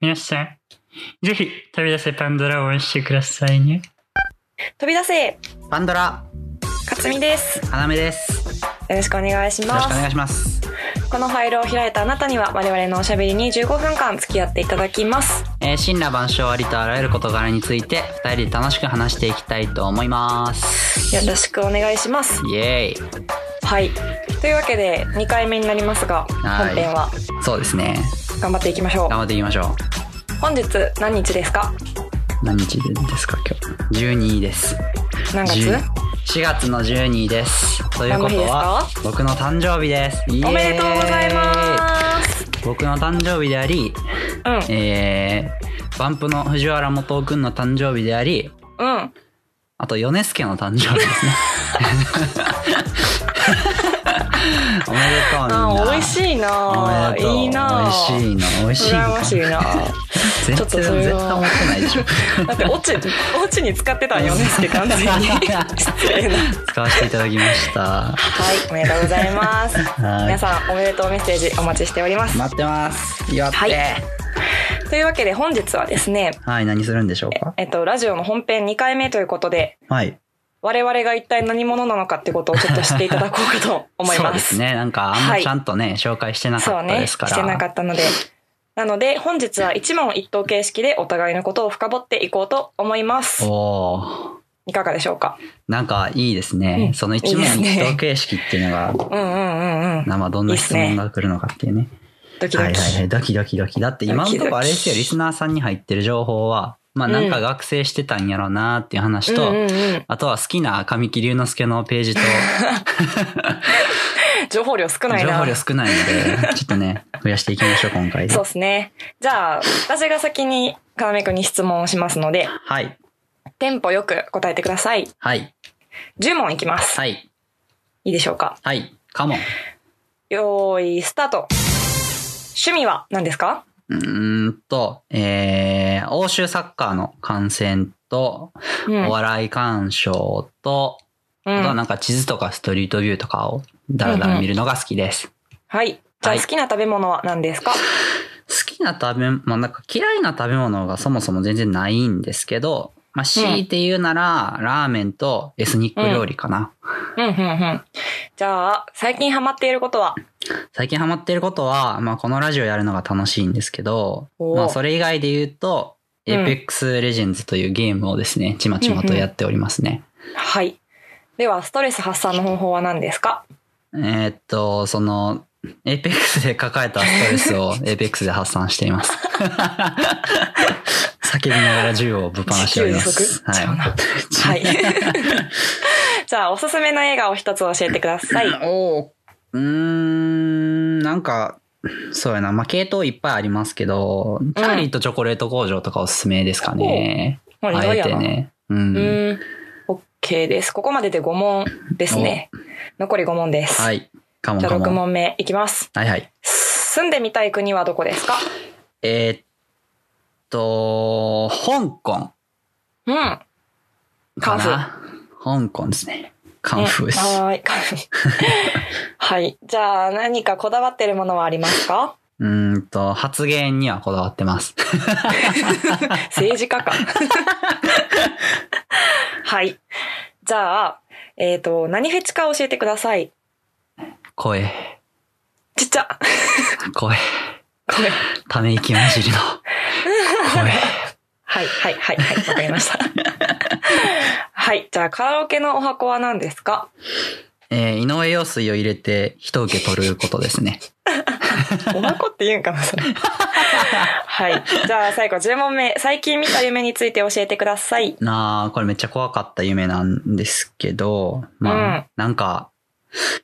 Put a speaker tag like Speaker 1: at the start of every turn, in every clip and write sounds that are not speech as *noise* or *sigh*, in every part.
Speaker 1: 皆さん、ぜひ、旅立せパンドラを応援してくださいね。
Speaker 2: 飛び出せ
Speaker 3: パンドラ、
Speaker 2: かつみです
Speaker 3: 花芽です。
Speaker 2: よろしくお願いし
Speaker 3: よろ
Speaker 2: ま
Speaker 3: しくお願
Speaker 2: す
Speaker 3: いします。
Speaker 2: このファイルを開いたあなたには我々のおしゃべりに15分間付き合っていただきます
Speaker 3: えー、神羅万象ありとあらゆる事柄について、二人で楽しく話していきたいと思います。
Speaker 2: よろしくお願いします
Speaker 3: イエーイ。
Speaker 2: はいというわけで2回目になりますが
Speaker 3: はい
Speaker 2: 本編は
Speaker 3: そうですね。
Speaker 2: 頑張っていきましょ
Speaker 3: 頑
Speaker 2: う
Speaker 3: 張っていきましょ
Speaker 2: 本日何日ですか
Speaker 3: う。何日ですか、今日。12です。
Speaker 2: 何月
Speaker 3: 10 4月の12です。ということ
Speaker 2: 何の
Speaker 3: は
Speaker 2: 日で、
Speaker 3: 僕の誕生日です。イエーイ
Speaker 2: おめでとうございます
Speaker 3: 僕の誕生日であり、
Speaker 2: うん
Speaker 3: えー、バンプの藤原元君の誕生日であり、
Speaker 2: うん
Speaker 3: あと、ヨネスケの誕生日です
Speaker 2: *laughs*
Speaker 3: ね。おめでとうみん
Speaker 2: あ
Speaker 3: な。
Speaker 2: ー美味しい
Speaker 3: お
Speaker 2: な
Speaker 3: めでとう。
Speaker 2: いいな
Speaker 3: 美味しいの、美味しいの。
Speaker 2: 羨ましいな
Speaker 3: 全
Speaker 2: ち
Speaker 3: 然、
Speaker 2: ょっと
Speaker 3: 絶
Speaker 2: そ
Speaker 3: 対
Speaker 2: れは
Speaker 3: 思ってないでしょ。
Speaker 2: だってオチオチに使ってたん
Speaker 3: *laughs*
Speaker 2: よねって完全に失礼な
Speaker 3: 使わせていただきました。
Speaker 2: はい、おめでとうござ
Speaker 3: *laughs*
Speaker 2: います。
Speaker 3: い
Speaker 2: 皆さん、おめでとうメッセージお待ちしております。
Speaker 3: 待ってます。やって。
Speaker 2: は
Speaker 3: はいい、
Speaker 2: というわけで、本日はですね、
Speaker 3: 何するんでしょうか
Speaker 2: えっと、ラジオの本編2回目ということで、
Speaker 3: はい。
Speaker 2: 我々が一体何者なのかってことをちょっと知っていただこうかと思
Speaker 3: *laughs*
Speaker 2: い
Speaker 3: そう
Speaker 2: ま。
Speaker 3: ですすね。なんか、あん
Speaker 2: は
Speaker 3: ま
Speaker 2: い
Speaker 3: ちゃんとね、紹介してな
Speaker 2: そ
Speaker 3: か
Speaker 2: う
Speaker 3: った
Speaker 2: ね、
Speaker 3: ですから。
Speaker 2: してなかったので。なので、本日は一問一答形式でお互いのことを深掘っていこうと思います。
Speaker 3: おー。
Speaker 2: いかがでしょうか
Speaker 3: なんか、いいですね。
Speaker 2: うん
Speaker 3: その一問
Speaker 2: いいです
Speaker 3: 一
Speaker 2: ね
Speaker 3: 答形式っていうのが、
Speaker 2: うんうんうんうん。
Speaker 3: まあどんな質問が来るのかっていうね。
Speaker 2: ドキド
Speaker 3: は
Speaker 2: キ。
Speaker 3: いはいはい。ドキドキドキ。だって今のとこ
Speaker 2: ドキド
Speaker 3: ろ
Speaker 2: キ
Speaker 3: あれですよ、リスナーさんに入ってる情報は、まあなんか学生してたんやろうなっていう話と、
Speaker 2: うんうんうん。
Speaker 3: あとは好きな神木隆之介のページ
Speaker 2: *laughs*
Speaker 3: と、
Speaker 2: 情報量少ない
Speaker 3: 情
Speaker 2: な。
Speaker 3: 報量少ないので、ちょっとね、
Speaker 2: *laughs*
Speaker 3: 増やしていきましょう、今回。
Speaker 2: そうですね。じゃあ、私が先に、かなめくんに質問をしますので、
Speaker 3: はい。
Speaker 2: テンポよく答えてください。
Speaker 3: はい。
Speaker 2: 10問いきます。
Speaker 3: はい。
Speaker 2: いいでしょうか。
Speaker 3: はい。カモン。
Speaker 2: よーい、スタート。趣味は何ですか
Speaker 3: うーんと、えー、欧州サッカーの観戦と、
Speaker 2: うん。
Speaker 3: お笑い鑑賞と、
Speaker 2: う
Speaker 3: あとは
Speaker 2: ん、
Speaker 3: なんか地図とかストリートビューとかをだらだら見るのが好きです。
Speaker 2: はい。じゃあ、
Speaker 3: はい
Speaker 2: 好きな食べ物は何ですか
Speaker 3: 好きな食べ、まあ、なんか嫌いな食べ物がそもそも全然ないんですけど、まあ、強いて言うなら、ラーメンとエスニック料理かな。
Speaker 2: うん、うん、うん。じゃあ、最近ハマっていることは
Speaker 3: 最近ハマってることは、まあ、このラジオやるのが楽しいんですけど、
Speaker 2: おー
Speaker 3: まあ、それ以外で言うと、
Speaker 2: うん
Speaker 3: エイペックスレジェンズというゲームをですね、ちまちまとやっておりますね。
Speaker 2: はい。では、ストレス発散の方法は何ですか
Speaker 3: えーっと、その、エイペックスで抱えたストレス
Speaker 2: *laughs*
Speaker 3: をエイペックスで発散しています。 *laughs* 叫びながら銃をぶっ放しておりま
Speaker 2: 自
Speaker 3: す。
Speaker 2: 給自足違うな
Speaker 3: *laughs*
Speaker 2: はい。 *laughs* じゃあ、おすすめの映画を一つ教えてください。
Speaker 3: おうーん、なんか、そうやな。まあ、系統いっぱいありますけど、チャーリーとチョコレート工場とかおすすめですかね。
Speaker 2: もう意
Speaker 3: あ
Speaker 2: 外
Speaker 3: え
Speaker 2: や
Speaker 3: て
Speaker 2: な。
Speaker 3: ね。う。
Speaker 2: うんん。OK です。ここまでで5問ですね。残り5問です。
Speaker 3: はい。かも
Speaker 2: じゃ
Speaker 3: か
Speaker 2: あ6
Speaker 3: も。
Speaker 2: 問目いきます。
Speaker 3: はいはい。
Speaker 2: 住んでみたい国はどこですか
Speaker 3: えーっと、香港
Speaker 2: うん。
Speaker 3: かな。香港ですね。カンフーです。
Speaker 2: ねはーい、カンフー。はい。じゃあ何かこだわってるものはありま
Speaker 3: *laughs*
Speaker 2: すか
Speaker 3: うーんと、発言にはこだわってます。 *laughs*
Speaker 2: 政治家か。はい。じゃあ、えっ、と、何フェチか教えてください。
Speaker 3: 声、
Speaker 2: ちっちゃ。
Speaker 3: 声、
Speaker 2: ごめん。
Speaker 3: ため息混じ
Speaker 2: *laughs*
Speaker 3: りの声。
Speaker 2: はい、はい、はい、はい。わかりま
Speaker 3: *laughs*
Speaker 2: した。はい。じゃあカラオケのお箱は何ですか
Speaker 3: えー井上陽水を入れて一受け取ることですね。
Speaker 2: *laughs* おまこって言うんか
Speaker 3: *laughs*
Speaker 2: な、それ。はい。じゃあ、最後、10問目。最近見た夢について教えてください。
Speaker 3: なあ、これめっちゃ怖かった夢なんですけど、まあ、
Speaker 2: うん
Speaker 3: なんか、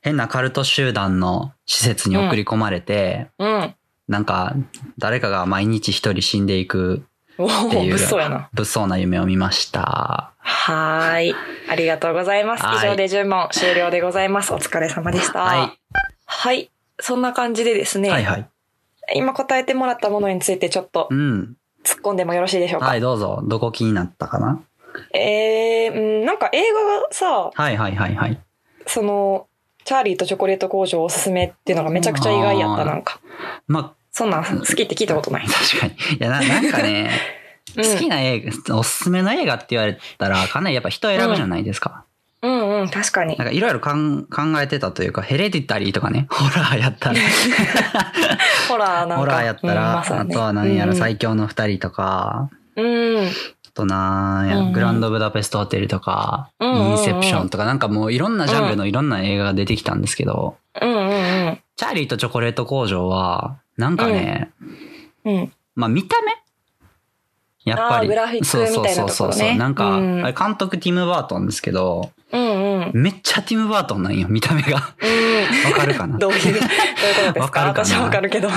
Speaker 3: 変なカルト集団の施設に送り込まれて、
Speaker 2: うん。
Speaker 3: なんか、誰かが毎日一人死んでいく
Speaker 2: お
Speaker 3: って
Speaker 2: お、
Speaker 3: いう
Speaker 2: 物騒やな。
Speaker 3: 物騒な夢を見ました。
Speaker 2: はーい。ありがとうございます。
Speaker 3: はい
Speaker 2: 以上で10問終了でございます。お疲れ様でした。
Speaker 3: は
Speaker 2: はい。そんな感じでです
Speaker 3: い。
Speaker 2: ね、
Speaker 3: はいはい。
Speaker 2: 今答えてもらったものについてちょっと
Speaker 3: うん。
Speaker 2: 突っ込んでもよろしいでしょうか。
Speaker 3: はい、どうぞ。どこ気になったかな
Speaker 2: えー、うんなんか映画がさ、
Speaker 3: はいはいはいはい。
Speaker 2: その、チャーリーとチョコレート工場おすすめっていうのがめちゃくちゃ意外やっ
Speaker 3: あ
Speaker 2: た、
Speaker 3: ー
Speaker 2: なんか。
Speaker 3: まあ、
Speaker 2: そんなん好きって聞いたことな
Speaker 3: *laughs*
Speaker 2: い。
Speaker 3: 確かに。いや、ななんかね、
Speaker 2: *laughs* うん
Speaker 3: 好きな映画、おすすめの映画って言われたら、かなりやっぱ人選ぶじゃないですか。
Speaker 2: うんうん、確かに
Speaker 3: な。んかいろいろかん考えてたというか、ヘレディタリーとかね、 *laughs* ホラーやったら、
Speaker 2: ホラーなんか。
Speaker 3: ホラーやった
Speaker 2: うん
Speaker 3: ら、
Speaker 2: まさ
Speaker 3: あ
Speaker 2: に
Speaker 3: とは何やら
Speaker 2: うん
Speaker 3: 最強の二人とか、
Speaker 2: うん。
Speaker 3: あとなんや、
Speaker 2: うんうん
Speaker 3: グランドブダペストホテルとか、
Speaker 2: うんうんうん
Speaker 3: インセプションとか、なんかもういろんなジャンルのいろんな映画が出てきたんですけど、
Speaker 2: うんうん
Speaker 3: チャーリーとチョコレート工場は、なんかね、
Speaker 2: うん。うん。
Speaker 3: まあ見た目やっぱ
Speaker 2: あー
Speaker 3: り。
Speaker 2: グラフィック
Speaker 3: そうそう
Speaker 2: みたい
Speaker 3: そ
Speaker 2: な
Speaker 3: う
Speaker 2: とこ
Speaker 3: そう
Speaker 2: ろね
Speaker 3: そう。なんか、
Speaker 2: うん
Speaker 3: あれ監督ティム・バートンですけど、
Speaker 2: うんうん。
Speaker 3: めっちゃティム・バートンなんよ、見た目が。 *laughs* わ
Speaker 2: う。
Speaker 3: かるかなん
Speaker 2: どういう、どういうことです
Speaker 3: わ
Speaker 2: か
Speaker 3: かるかな
Speaker 2: 私はわかるけど。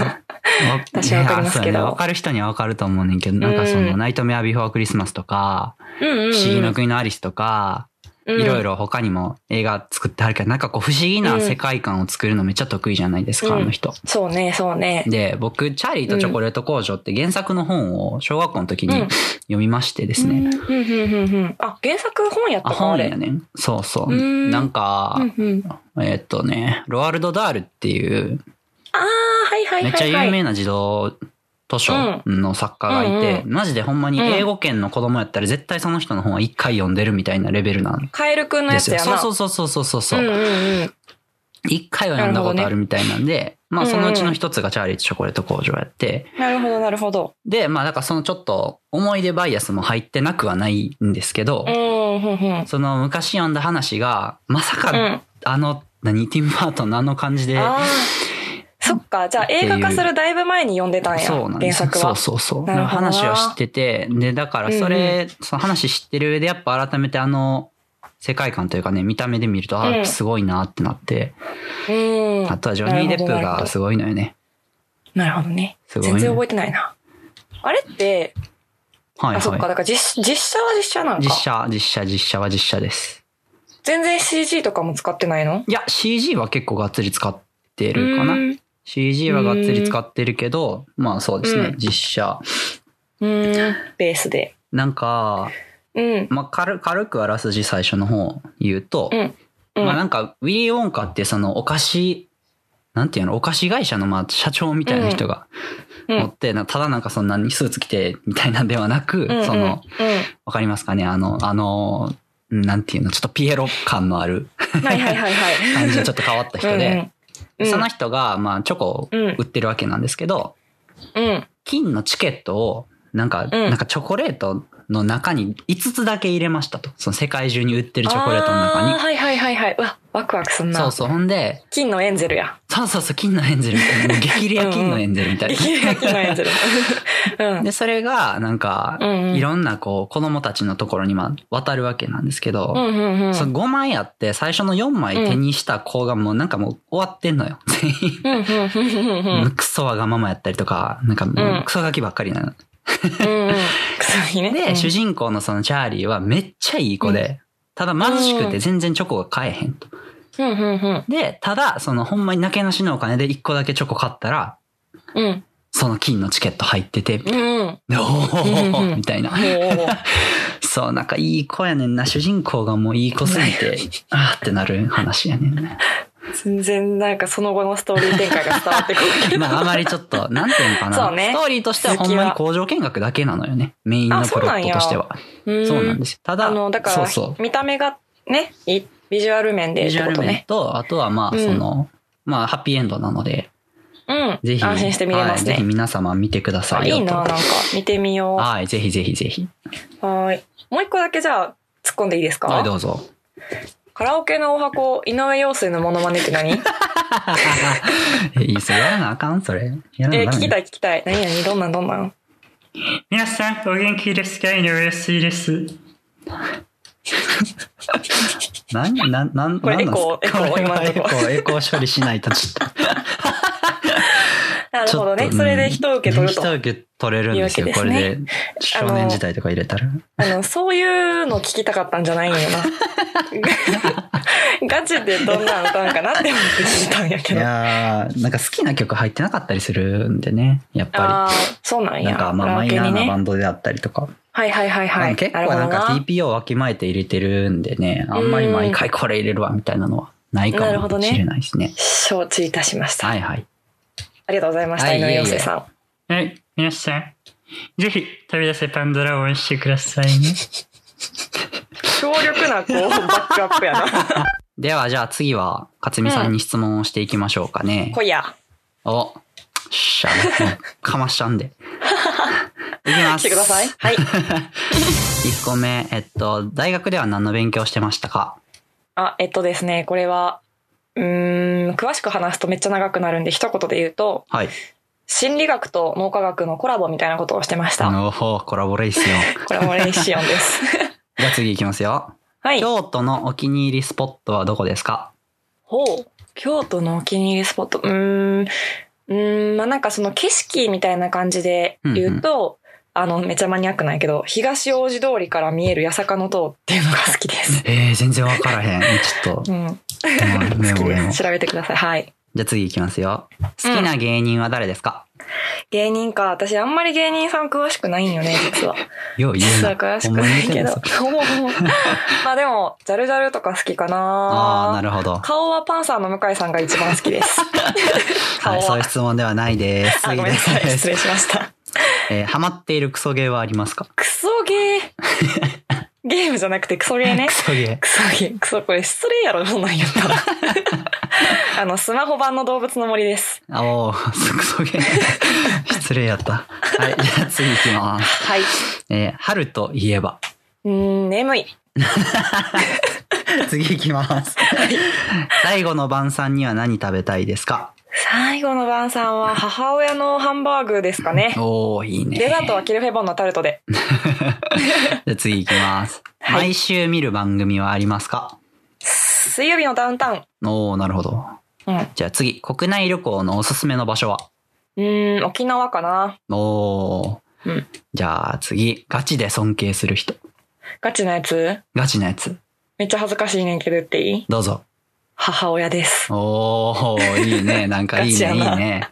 Speaker 2: 私はわかりますけど
Speaker 3: いやそうねわ、かる人にはわかると思うねんけど、なんかその、
Speaker 2: うん
Speaker 3: ナイトメアビフォークリスマスとか、
Speaker 2: うんうん、うん。
Speaker 3: 不思議の国のアリスとか、いろい
Speaker 2: ろ。
Speaker 3: ろ他にも映画作ってあるけど、なんかこう不思議な世界観を作るのめっちゃ得意じゃないですか、
Speaker 2: うん
Speaker 3: あの人。
Speaker 2: そうね、そうね。
Speaker 3: で、僕、チャーリーとチョコレート工場って原作の本を小学校の時
Speaker 2: う
Speaker 3: に
Speaker 2: ん
Speaker 3: 読みましてですね。
Speaker 2: うんうんうんうんうん。あ、原作本やった
Speaker 3: あ、
Speaker 2: か、あ
Speaker 3: 本
Speaker 2: れ。
Speaker 3: やねん。そうそう。
Speaker 2: うん
Speaker 3: なんか
Speaker 2: う、んうん。
Speaker 3: えーっとね、ロワルド・ダールっていう、
Speaker 2: あー、はいはいはい、はい。
Speaker 3: めっちゃ有名な児童図書の作家がいて、
Speaker 2: う
Speaker 3: マジでほんまに英語圏の子供やったら絶対その人の本は一回読んでるみたいなレベルなん
Speaker 2: カエルくんの
Speaker 3: で
Speaker 2: や
Speaker 3: すよ。
Speaker 2: つや
Speaker 3: そう
Speaker 2: な。
Speaker 3: そううそうそうそうそ
Speaker 2: んう
Speaker 3: う。
Speaker 2: んうん。
Speaker 3: 一回は読んだことあるみたいなんで、まあ
Speaker 2: うんうん
Speaker 3: そのうちの一つがチャーリーとチョコレート工場やって、
Speaker 2: なるほど、なるほど。
Speaker 3: で、まあだからそのちょっと思い出バイアスも入ってなくはないんですけど
Speaker 2: うん、、うん、うん。
Speaker 3: その昔読んだ話が、まさ
Speaker 2: う
Speaker 3: か
Speaker 2: ん。
Speaker 3: あの、何、ティンバートンのあの感じで、
Speaker 2: ああ。そっか、じゃあ映画化するだいぶ前に読んでたんや。
Speaker 3: そうなんです
Speaker 2: 原作は。
Speaker 3: そうそうそう。
Speaker 2: なるほどな
Speaker 3: 話は知ってて、で、だからそれ、その話知ってる上で、やっぱ改めてあの、世界観というかね、見た目で見ると、あ
Speaker 2: う
Speaker 3: あ、
Speaker 2: ん
Speaker 3: すごいなってなって、
Speaker 2: うん。
Speaker 3: あとはジョニー・デップ
Speaker 2: なるほど
Speaker 3: がすごいのよね。
Speaker 2: なるほどね。
Speaker 3: すごいね
Speaker 2: 全然覚えてないな。あれって、
Speaker 3: はい
Speaker 2: あ、そっか、
Speaker 3: は
Speaker 2: だから実実写は実写なん
Speaker 3: い。
Speaker 2: か。
Speaker 3: 実写、実写、実写は実写です。
Speaker 2: 全然 CG とかも使ってないの
Speaker 3: いや、CG は結構がっつり使ってるか
Speaker 2: う
Speaker 3: な。
Speaker 2: ん
Speaker 3: CG はがっつり使ってるけど、まあそうですね
Speaker 2: う、ん
Speaker 3: 実写。
Speaker 2: うん。ベースで。
Speaker 3: なんか、
Speaker 2: うん。
Speaker 3: まあ軽軽くあらすじ最初の方言うと、
Speaker 2: うんうん
Speaker 3: まあなんか、ウィリー・ウォンカってそのお菓子、なんていうの、お菓子会社のまあ社長みたいな人が
Speaker 2: うん
Speaker 3: 持って、なただなんかそんなにスーツ着てみたいなんではなく、
Speaker 2: うんうん
Speaker 3: その、
Speaker 2: う
Speaker 3: わかりますかねあの、あの、なんていうの、ちょっとピエロ感のある
Speaker 2: ん。はいはいはいはい。
Speaker 3: *laughs* 感じのちょっと変わった人で、
Speaker 2: うんうん
Speaker 3: その人がまあチョコを売ってるわけなんですけど、
Speaker 2: うん。
Speaker 3: 金のチケットをなんか、
Speaker 2: う
Speaker 3: な
Speaker 2: ん
Speaker 3: んかチョコレートの中に5つだけ入れましたと。その世界中に売ってるチョコレートの中
Speaker 2: あー
Speaker 3: に。
Speaker 2: はいはいはいはい。うわ、ワクワクすん
Speaker 3: そう
Speaker 2: な。
Speaker 3: そう。ほんで、
Speaker 2: 金のエンゼ
Speaker 3: *laughs*
Speaker 2: ルや。
Speaker 3: そうそうそう、金のエンゼルみたいな。
Speaker 2: *laughs*
Speaker 3: もう激レア金のエンゼルみたいな。
Speaker 2: 金のエンゼル。うん。
Speaker 3: で、それが、なんか、
Speaker 2: うんうん
Speaker 3: いろんなこう、子供たちのところにまあ渡るわけなんですけど、
Speaker 2: うんうんうん。
Speaker 3: その5枚あって、最初の4枚手にした子がもうなんかもう終わってんの
Speaker 2: *laughs*
Speaker 3: よ。全員。
Speaker 2: うんうんうんう
Speaker 3: *laughs*
Speaker 2: んうん。
Speaker 3: クソわがままやったりとか、なんかもううんクソガキばっかりなの。
Speaker 2: うんうん。薬ね。
Speaker 3: で、主
Speaker 2: 人
Speaker 3: 人公のそのチャーリーはめっちゃいい子で、ただ貧しくて全然チョコが買えへんと。
Speaker 2: うんうん
Speaker 3: で、ただ、そのほんまになけなしのお金で1個だけチョコ買ったら、
Speaker 2: うん。うん。
Speaker 3: その金のチケット入ってて、
Speaker 2: う
Speaker 3: *laughs*
Speaker 2: んうん。
Speaker 3: でお
Speaker 2: うんうんう
Speaker 3: ー
Speaker 2: ん
Speaker 3: みたいな。
Speaker 2: も
Speaker 3: そう、なんかいい子やねんな。主人公がもういい子すぎて、あーってなる話やねんね。
Speaker 2: う、全然なんかその後のストーリー展開が伝わってこないけど。
Speaker 3: まあ、あまりちょっと、なんていうのかな。
Speaker 2: そうね
Speaker 3: ストーリーとしてはほんまに工場見学だけなのよね。メインのプロットとしては。
Speaker 2: *laughs* うん
Speaker 3: そうなんですよ。ただ、
Speaker 2: あの、だから、
Speaker 3: そうそう。
Speaker 2: 見た目がね、いいビジュアル面で
Speaker 3: ビ
Speaker 2: っ
Speaker 3: ジ
Speaker 2: て
Speaker 3: ュア
Speaker 2: こ
Speaker 3: ル
Speaker 2: と
Speaker 3: 面
Speaker 2: ね。
Speaker 3: と、あとはまあ、
Speaker 2: うん
Speaker 3: その、まあ、ハッピーエンドなので、
Speaker 2: うん。
Speaker 3: ぜひ、
Speaker 2: 安心して見れます
Speaker 3: はいぜひ
Speaker 2: ね。
Speaker 3: 皆様見てくださいよ
Speaker 2: い
Speaker 3: と。
Speaker 2: いな、なんか、見てみよう。は
Speaker 3: はい、ぜひぜひぜひ。
Speaker 2: ーい。もう一個だけじゃあ、突っ込んでいいです
Speaker 3: はい、
Speaker 2: か
Speaker 3: どうぞ。 *laughs*
Speaker 2: カラオケのお箱、井上陽水のモノマネっ
Speaker 3: *laughs*
Speaker 2: て何え
Speaker 3: えいいっすよ。やらなあかんそれ。やらなあ
Speaker 2: ー、
Speaker 3: か
Speaker 2: 聞
Speaker 3: ん
Speaker 2: きたい聞きたい。何何どんなんどんなん
Speaker 1: 皆さん、お元気ですか井上水
Speaker 3: *laughs*
Speaker 1: です。
Speaker 3: なん、なん、なん、
Speaker 2: これ
Speaker 3: なんなんすか
Speaker 2: エコーエコー
Speaker 3: これ *laughs* は
Speaker 2: 今の
Speaker 3: エ
Speaker 2: と
Speaker 3: コ
Speaker 2: こ
Speaker 3: ー、エコー処理しない
Speaker 2: *laughs*
Speaker 3: とちょっと。
Speaker 2: なる
Speaker 3: ちょ
Speaker 2: ほ
Speaker 3: っ
Speaker 2: ど
Speaker 3: と
Speaker 2: ね。それで人を受け取ると。
Speaker 3: 人受け取れるんですよ、
Speaker 2: いうわ
Speaker 3: こ
Speaker 2: けですね
Speaker 3: れで。少年時代とか入れたら。
Speaker 2: あの、そういうの *laughs* 聞きたかったんじゃないんよな。ガチでどんなん歌うんかなって思って聞いたんや
Speaker 3: い
Speaker 2: けど。あ
Speaker 3: やー、なんか好きな曲入ってなかったりするんでね、やっぱ
Speaker 2: あー、そうなん
Speaker 3: り。
Speaker 2: や。
Speaker 3: なんか、まあ、
Speaker 2: カラオ
Speaker 3: マイ
Speaker 2: ケ
Speaker 3: ナー
Speaker 2: に
Speaker 3: な
Speaker 2: ね
Speaker 3: バンドであったりとか。
Speaker 2: はいはいはいは
Speaker 3: あの
Speaker 2: い。
Speaker 3: 結構なん
Speaker 2: るほ
Speaker 3: か
Speaker 2: ど
Speaker 3: TPO をわきまえて入れてるんでね、あんまり毎回これ入れるわみたいなのはないか
Speaker 2: なるほど
Speaker 3: も
Speaker 2: ね
Speaker 3: しれないですね。
Speaker 2: 承知いたしました。
Speaker 3: はいはい。
Speaker 2: ありがとうございました、
Speaker 3: はい
Speaker 2: 井上陽
Speaker 3: *laughs*
Speaker 2: 生さん。
Speaker 1: はい、皆さん、ぜひ、旅立せパンドラを応援してくださいね。
Speaker 2: 強力な、こう、バックアップやな。
Speaker 3: *laughs* では、じゃあ次は、勝美さんに質問をしていきましょうかね。
Speaker 2: 今夜、
Speaker 3: お、よっしゃ、もうかましたん
Speaker 2: *laughs*
Speaker 3: で。いきま
Speaker 2: 来
Speaker 3: す。
Speaker 2: てください。はい。
Speaker 3: 1個目、えっと、大学では何の勉強してましたか
Speaker 2: あ、えっとですね、これは、うーん、詳しく話すとめっちゃ長くなるんで、一言で言うと、
Speaker 3: はい。
Speaker 2: 心理学と脳科学のコラボみたいなことをしてました。
Speaker 3: おおコラボ
Speaker 2: *laughs*
Speaker 3: レーション。
Speaker 2: これもレイシオンです。
Speaker 3: *laughs* じゃあ次いきますよ。
Speaker 2: はい。
Speaker 3: 京都のお気に入りスポットはどこですか
Speaker 2: ほう。京都のお気に入りスポット。うーん。うーん、まあ、なんかその景色みたいな感じで言うと、あの、めちゃマニアックないけど、東大路通りから見える八坂の塔っていうのが好
Speaker 3: *laughs*
Speaker 2: きです。
Speaker 3: えー、全然わからへん。ち
Speaker 2: *laughs*
Speaker 3: ょっと
Speaker 2: う、ん。
Speaker 3: うんメ
Speaker 2: 好き
Speaker 3: モメ
Speaker 2: で
Speaker 3: モ。
Speaker 2: す。
Speaker 3: じ
Speaker 2: 調べてください。はい。
Speaker 3: ゃあ次いきますよ。好きな芸人は誰ですか、
Speaker 2: 芸人か。私あんまり芸人さん詳しくないんよね、実は。
Speaker 3: よう言う
Speaker 2: 実
Speaker 3: な。
Speaker 2: は詳し
Speaker 3: ほん
Speaker 2: く
Speaker 3: ま
Speaker 2: な
Speaker 3: に
Speaker 2: い
Speaker 3: 言って
Speaker 2: け
Speaker 3: ん
Speaker 2: ど
Speaker 3: の。
Speaker 2: *laughs* まあでも、ジャルジャルとか好きか
Speaker 3: ああ、な
Speaker 2: な
Speaker 3: るほど。
Speaker 2: 顔はパンサーの向井さんが一番好
Speaker 3: *laughs*
Speaker 2: きです。
Speaker 3: は
Speaker 2: 顔
Speaker 3: い、そういう
Speaker 2: は。
Speaker 3: 質問ではないです。
Speaker 2: あ、ごめんなさい。失礼しました。
Speaker 3: えーハマっているクソゲーはありますか
Speaker 2: クソゲー。 *laughs* ゲームじゃなくてクソゲーね
Speaker 3: ク。ソゲ
Speaker 2: クソゲー。クソ、これ失礼やろ、そんなん言った *laughs* ら。あの、スマホ版の動物の森です。
Speaker 3: ー。おお、クソゲー。
Speaker 2: *laughs*
Speaker 3: 失礼やった。はい、じゃあ次いきます。
Speaker 2: はい。
Speaker 3: えー春といえば。
Speaker 2: うーん、眠い。
Speaker 3: 次いきます。最後の晩餐には何食べたいですか
Speaker 2: 最後の晩さんは母親のハンバーグですかね。
Speaker 3: おおいいね。
Speaker 2: デザートはキルフェボンのタルトで。
Speaker 3: じゃあ次いきます。
Speaker 2: はい
Speaker 3: 毎週見る番組はありますか
Speaker 2: 水曜日のダウンタウン。
Speaker 3: おおなるほど。
Speaker 2: うん。
Speaker 3: じゃあ次、国内旅行のおすすめの場所は
Speaker 2: うーん、沖縄かな。
Speaker 3: おおー、
Speaker 2: うん
Speaker 3: じゃあ次、ガチで尊敬する人。
Speaker 2: ガチなやつ
Speaker 3: ガチなやつ。
Speaker 2: めっちゃ恥ずかしいねんけど言っていい
Speaker 3: どうぞ。
Speaker 2: 母親です。
Speaker 3: おおいい
Speaker 2: *laughs*
Speaker 3: ね。なんかいい
Speaker 2: ガチ
Speaker 3: ね、
Speaker 2: や
Speaker 3: いい
Speaker 2: な
Speaker 3: ね。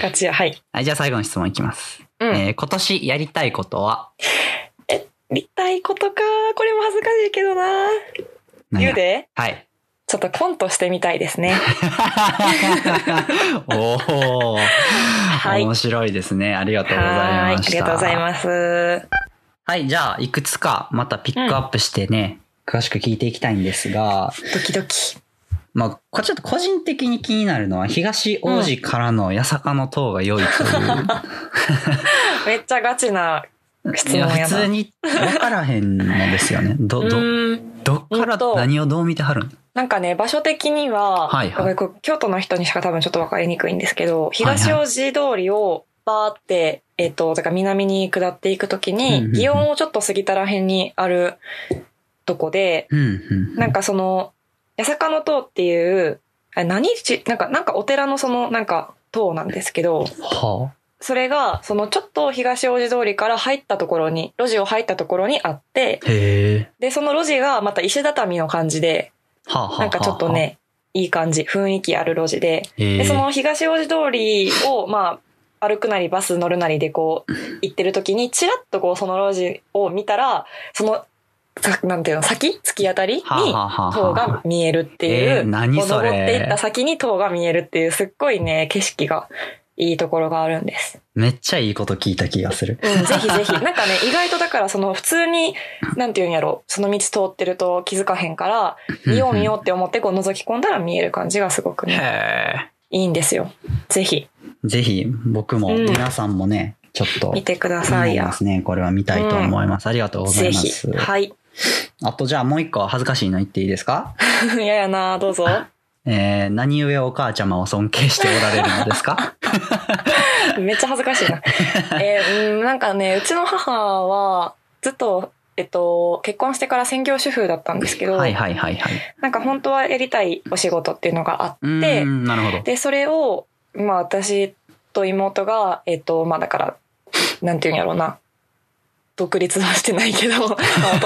Speaker 2: ガチや、はい。
Speaker 3: はい、じゃあ最後の質問いきます。
Speaker 2: うん
Speaker 3: えー今年やりたいことは
Speaker 2: 立体ことか。これも恥ずかしいけどな。
Speaker 3: 何
Speaker 2: 言う
Speaker 3: や
Speaker 2: で
Speaker 3: はい。 *laughs*
Speaker 2: ちょっとコントしてみたいですね。
Speaker 3: おお、
Speaker 2: い
Speaker 3: 面白いですね。ありがとうござ
Speaker 2: はいー
Speaker 3: ま
Speaker 2: い。あ
Speaker 3: した。
Speaker 2: りがとうございます。
Speaker 3: はい、じゃあ、いくつかまたピックアップしてね、詳しく聞いていきたいんですが、
Speaker 2: ドキドキ。
Speaker 3: まあ、こちょっと個人的に気になるのは、東王子からの八坂の塔が良いという。
Speaker 2: めっちゃガチな質問
Speaker 3: い
Speaker 2: や
Speaker 3: や、
Speaker 2: な。
Speaker 3: 普通に分からへんのですよ
Speaker 2: *laughs*
Speaker 3: ね。ど、
Speaker 2: う
Speaker 3: ど、
Speaker 2: ーん。
Speaker 3: どっから何をどう見てはるん
Speaker 2: なんかね、場所的には、
Speaker 3: はいはい
Speaker 2: ごめんこれ京都の人にしか多分ちょっと分かりにくいんですけど、東大路通りをバーって、えっ、と、だから南に下っていくとき
Speaker 3: うんうんう
Speaker 2: に、
Speaker 3: ん
Speaker 2: 祇園をちょっと過ぎたら辺にあるとこで、
Speaker 3: うん、うん。
Speaker 2: なんかその、八坂の塔っていう、あれ何ちなんか、なんかお寺のその、なんか塔なんですけど、
Speaker 3: は
Speaker 2: それが、そのちょっと東大路通りから入ったところに、路地を入ったところにあって、
Speaker 3: あ、へえ。
Speaker 2: で、その路地がまた石畳の感じで、
Speaker 3: はあ、はあはあ、
Speaker 2: なんかちょっとね、いい感じ、雰囲気ある路地で。
Speaker 3: へえ。
Speaker 2: で、その東大路通りを、まあ、歩くなりバス乗るなりでこう、行ってる時に、ちらっとこう、その路地を見たら、その、さなんていうの、先突き当たりに、
Speaker 3: はあはあはあ
Speaker 2: 塔が見えるっていう、
Speaker 3: えー何
Speaker 2: こう
Speaker 3: それ
Speaker 2: 登っていった先に塔が見えるっていう、すっごいね、景色がいいところがあるんです。
Speaker 3: めっちゃいいこと聞いた気がする。
Speaker 2: うん、ぜひぜひ。なんかね、意外とだから、その普通に、なんていうんやろ、その道通ってると気づかへんから、見よう見ようって思って、こう覗き込んだら見える感じがすごく
Speaker 3: へ
Speaker 2: ね、
Speaker 3: え。
Speaker 2: いいんですよ。ぜひ、
Speaker 3: ぜひ僕も
Speaker 2: うん
Speaker 3: 皆さんもね、ちょっと
Speaker 2: 見てくだ
Speaker 3: 気に
Speaker 2: さ
Speaker 3: ないりま
Speaker 2: や。
Speaker 3: すね。これは見たいと思います。ありがとうござい
Speaker 2: ぜ
Speaker 3: ま
Speaker 2: ひ
Speaker 3: す。。
Speaker 2: はい。 *laughs*
Speaker 3: あとじゃあもう一個恥ずかしいの言っていいですか、
Speaker 2: ややなど
Speaker 3: *laughs*
Speaker 2: うぞ。
Speaker 3: えー、何故お母ちゃまを尊敬しておられるのです
Speaker 2: *laughs*
Speaker 3: か
Speaker 2: めっちゃ恥ずかし
Speaker 3: *laughs*
Speaker 2: いな。えーうん、なんかね、うちの母は、ずっと、えっと、結婚してから専業主婦だったんですけど、
Speaker 3: はいはいはいはい。
Speaker 2: なんか本当はやりたいお仕事っていうのがあ
Speaker 3: う
Speaker 2: って、
Speaker 3: ーん、なるほど。
Speaker 2: で、それを、まあ私と妹が、えっ、と、まあだから、なんていうんやろうな。独立はしてないけど、 *laughs* まあ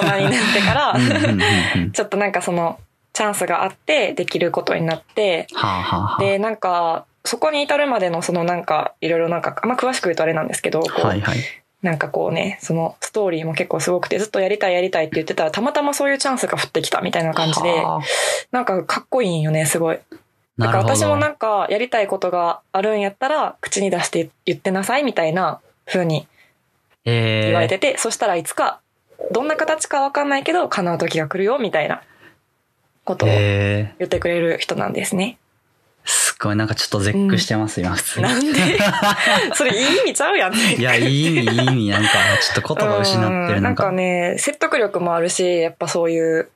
Speaker 2: 大人になってか
Speaker 3: うんうんうんう
Speaker 2: ら、
Speaker 3: ん
Speaker 2: *laughs* ちょっとなんかその、チャンスがあって、できることになって、
Speaker 3: はあ、はあは
Speaker 2: で、なんか、そこに至るまでのそのなんか、いろいろなんか、あんま詳しく言うとあれなんですけど、こう
Speaker 3: あ、はいはい。
Speaker 2: なんかこうね、そのストーリーも結構すごくて、ずっとやりたいやりたいって言ってたら、たまたまそういうチャンスが降ってきたみたいな感じで、
Speaker 3: はあ
Speaker 2: なんかかっこいいんよね、すごい。だ
Speaker 3: な
Speaker 2: か
Speaker 3: るほど。
Speaker 2: ら私もなんかやりたいことがあるんやったら口に出して言ってなさいみたいな風に
Speaker 3: えー
Speaker 2: 言われてて、そしたらいつかどんな形かわかんないけど叶う時が来るよみたいなことを言
Speaker 3: えー
Speaker 2: ってくれる人なんですね。
Speaker 3: すごいなんかちょっと絶句してます、今、普通に *laughs*
Speaker 2: な。んでそれいい意味ちゃうやん。
Speaker 3: い
Speaker 2: *laughs*
Speaker 3: や、いい意味、いい意味、なんか、ちょっと言葉失って
Speaker 2: う
Speaker 3: る、
Speaker 2: ん
Speaker 3: な
Speaker 2: なんんか
Speaker 3: か。
Speaker 2: ね、説得力もあるし、やっぱそういう、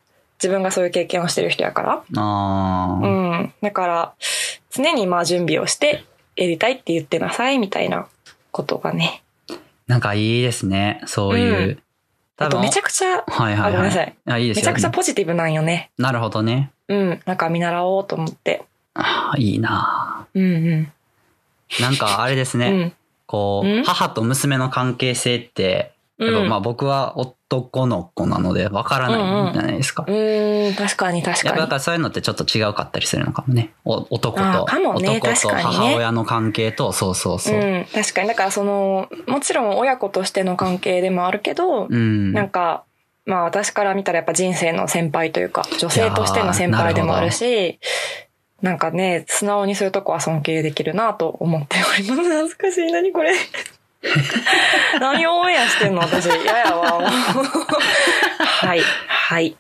Speaker 2: 自分がそういう経験をしてる人やから。
Speaker 3: あ
Speaker 2: う
Speaker 3: ー
Speaker 2: ん。だから、常にまあ準備をして、やりたいって言ってなさいみたいなことがね。
Speaker 3: なんかいいですね、そういう。
Speaker 2: うあとめちゃくちゃ、
Speaker 3: はいはいはい。
Speaker 2: あごめんなさい。
Speaker 3: あ、いいで
Speaker 2: め
Speaker 3: すよ。
Speaker 2: ちゃくちゃポジティブなんよね。
Speaker 3: なるほどね。
Speaker 2: うん。なんか見習おうと思って。
Speaker 3: あーいいな
Speaker 2: うんうん。
Speaker 3: なんかあれです
Speaker 2: う
Speaker 3: ね、
Speaker 2: ん。
Speaker 3: こ
Speaker 2: う
Speaker 3: う、
Speaker 2: ん
Speaker 3: 母と娘の関係性って、やっぱまあ僕は男の子なのでわからないじゃないですか。
Speaker 2: うーん、確かに確
Speaker 3: やっぱ
Speaker 2: か
Speaker 3: だ
Speaker 2: に
Speaker 3: か。らそういうのってちょっと違うかったりするのかもね。お男
Speaker 2: あ
Speaker 3: と、
Speaker 2: ーかもね
Speaker 3: 男
Speaker 2: 確
Speaker 3: と
Speaker 2: かにね
Speaker 3: 母親の関係と、そうそうそうう。
Speaker 2: ん、確かに。だからその、もちろん親子としての関係でもあるけど、
Speaker 3: うん。
Speaker 2: なんか、まあ私から見たらやっぱ人生の先輩というか、女性としての先輩でもあるし、なんかね、素直にそういうとこは尊敬できるなと思っております。 *laughs* 恥ずかしい。何これ。 *laughs* 何をオンエアしてんの私。嫌や
Speaker 3: *laughs*
Speaker 2: わ。もうはい。はい。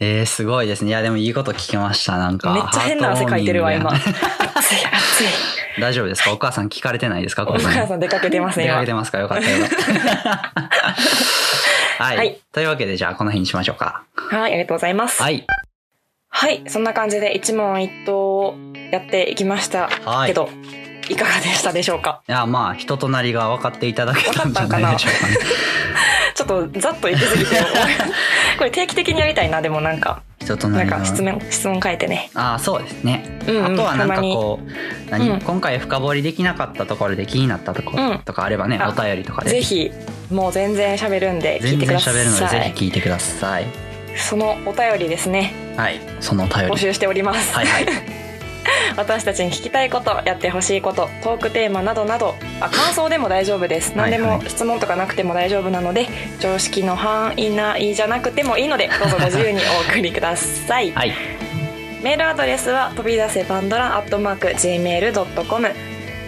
Speaker 3: えー、すごいですね。いや、でもいいこと聞きました。なんか。
Speaker 2: めっちゃ変な汗かいてるわ、今。
Speaker 3: ハー
Speaker 2: 暑
Speaker 3: トウォーミング
Speaker 2: い、暑い。
Speaker 3: や。大丈夫ですかお母さん聞かれてないですか
Speaker 2: お母
Speaker 3: ん
Speaker 2: さん出かけてますね、
Speaker 3: 出か *laughs*
Speaker 2: 今
Speaker 3: け。てますかよかったよかった。はい、
Speaker 2: はい
Speaker 3: というわけで、じゃあこの辺にしましょうか。
Speaker 2: はい、ありがとうございます。
Speaker 3: はい。
Speaker 2: はい、そんな感じで一問一答やっていきました
Speaker 3: はい
Speaker 2: けど、い、かがでしたでしょうか
Speaker 3: いや、まあ、人となりが分かっていただけたんじゃないでしょうかね。
Speaker 2: ちょっとざっといき
Speaker 3: *laughs*
Speaker 2: すぎてこれ定期的にやりたいなでもなんか
Speaker 3: 人とな
Speaker 2: なん
Speaker 3: り
Speaker 2: か
Speaker 3: が。
Speaker 2: 質問質問変えてね
Speaker 3: ああ、そうですね。
Speaker 2: うんうん
Speaker 3: あとはなんかこう、何、
Speaker 2: うん
Speaker 3: 今回深掘りできなかったところで気になったところ
Speaker 2: うん
Speaker 3: とかあればね、
Speaker 2: あ
Speaker 3: お便りとかで。
Speaker 2: ぜひもう全然喋るんで聞い
Speaker 3: 全
Speaker 2: てく
Speaker 3: 然
Speaker 2: ださ
Speaker 3: 喋るので、ぜ
Speaker 2: い
Speaker 3: ひ聞いてください。
Speaker 2: そのお便りですね
Speaker 3: はい。そのお便り。
Speaker 2: 募集しております、
Speaker 3: はいはい。
Speaker 2: *laughs* 私たちに聞きたいことやってほしいことトークテーマなどなどあ感想でも大丈夫です
Speaker 3: は
Speaker 2: 何
Speaker 3: いは
Speaker 2: で
Speaker 3: い
Speaker 2: も質問とかなくても大丈夫なので常識の範囲内じゃなくてもいいのでどうぞご自由にお送りください
Speaker 3: はい。
Speaker 2: メールアドレスは飛び出せパンドラアットマーク Gmail.com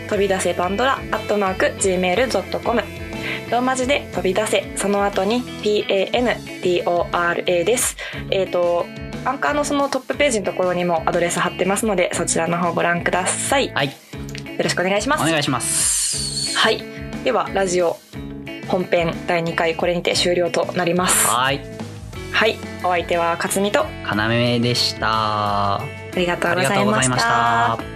Speaker 2: 飛び出せパンドラアットマーク Gmail.com ローマ字で飛び出せその後に PANDORA ですえっ、とアンカーのそのトップページのところにもアドレス貼ってますのでそちらの方ご覧くださいよ
Speaker 3: はい。
Speaker 2: ろしくお願いしま
Speaker 3: お
Speaker 2: す
Speaker 3: 願いします。
Speaker 2: はいではラジオ本編第2回これにて終了となりますは
Speaker 3: はい。
Speaker 2: いお相手は勝美とあ
Speaker 3: かなめでした。あ
Speaker 2: りがとうご
Speaker 3: りが
Speaker 2: ざ
Speaker 3: と
Speaker 2: いう
Speaker 3: ご
Speaker 2: ま
Speaker 3: ざい
Speaker 2: し
Speaker 3: ましたた。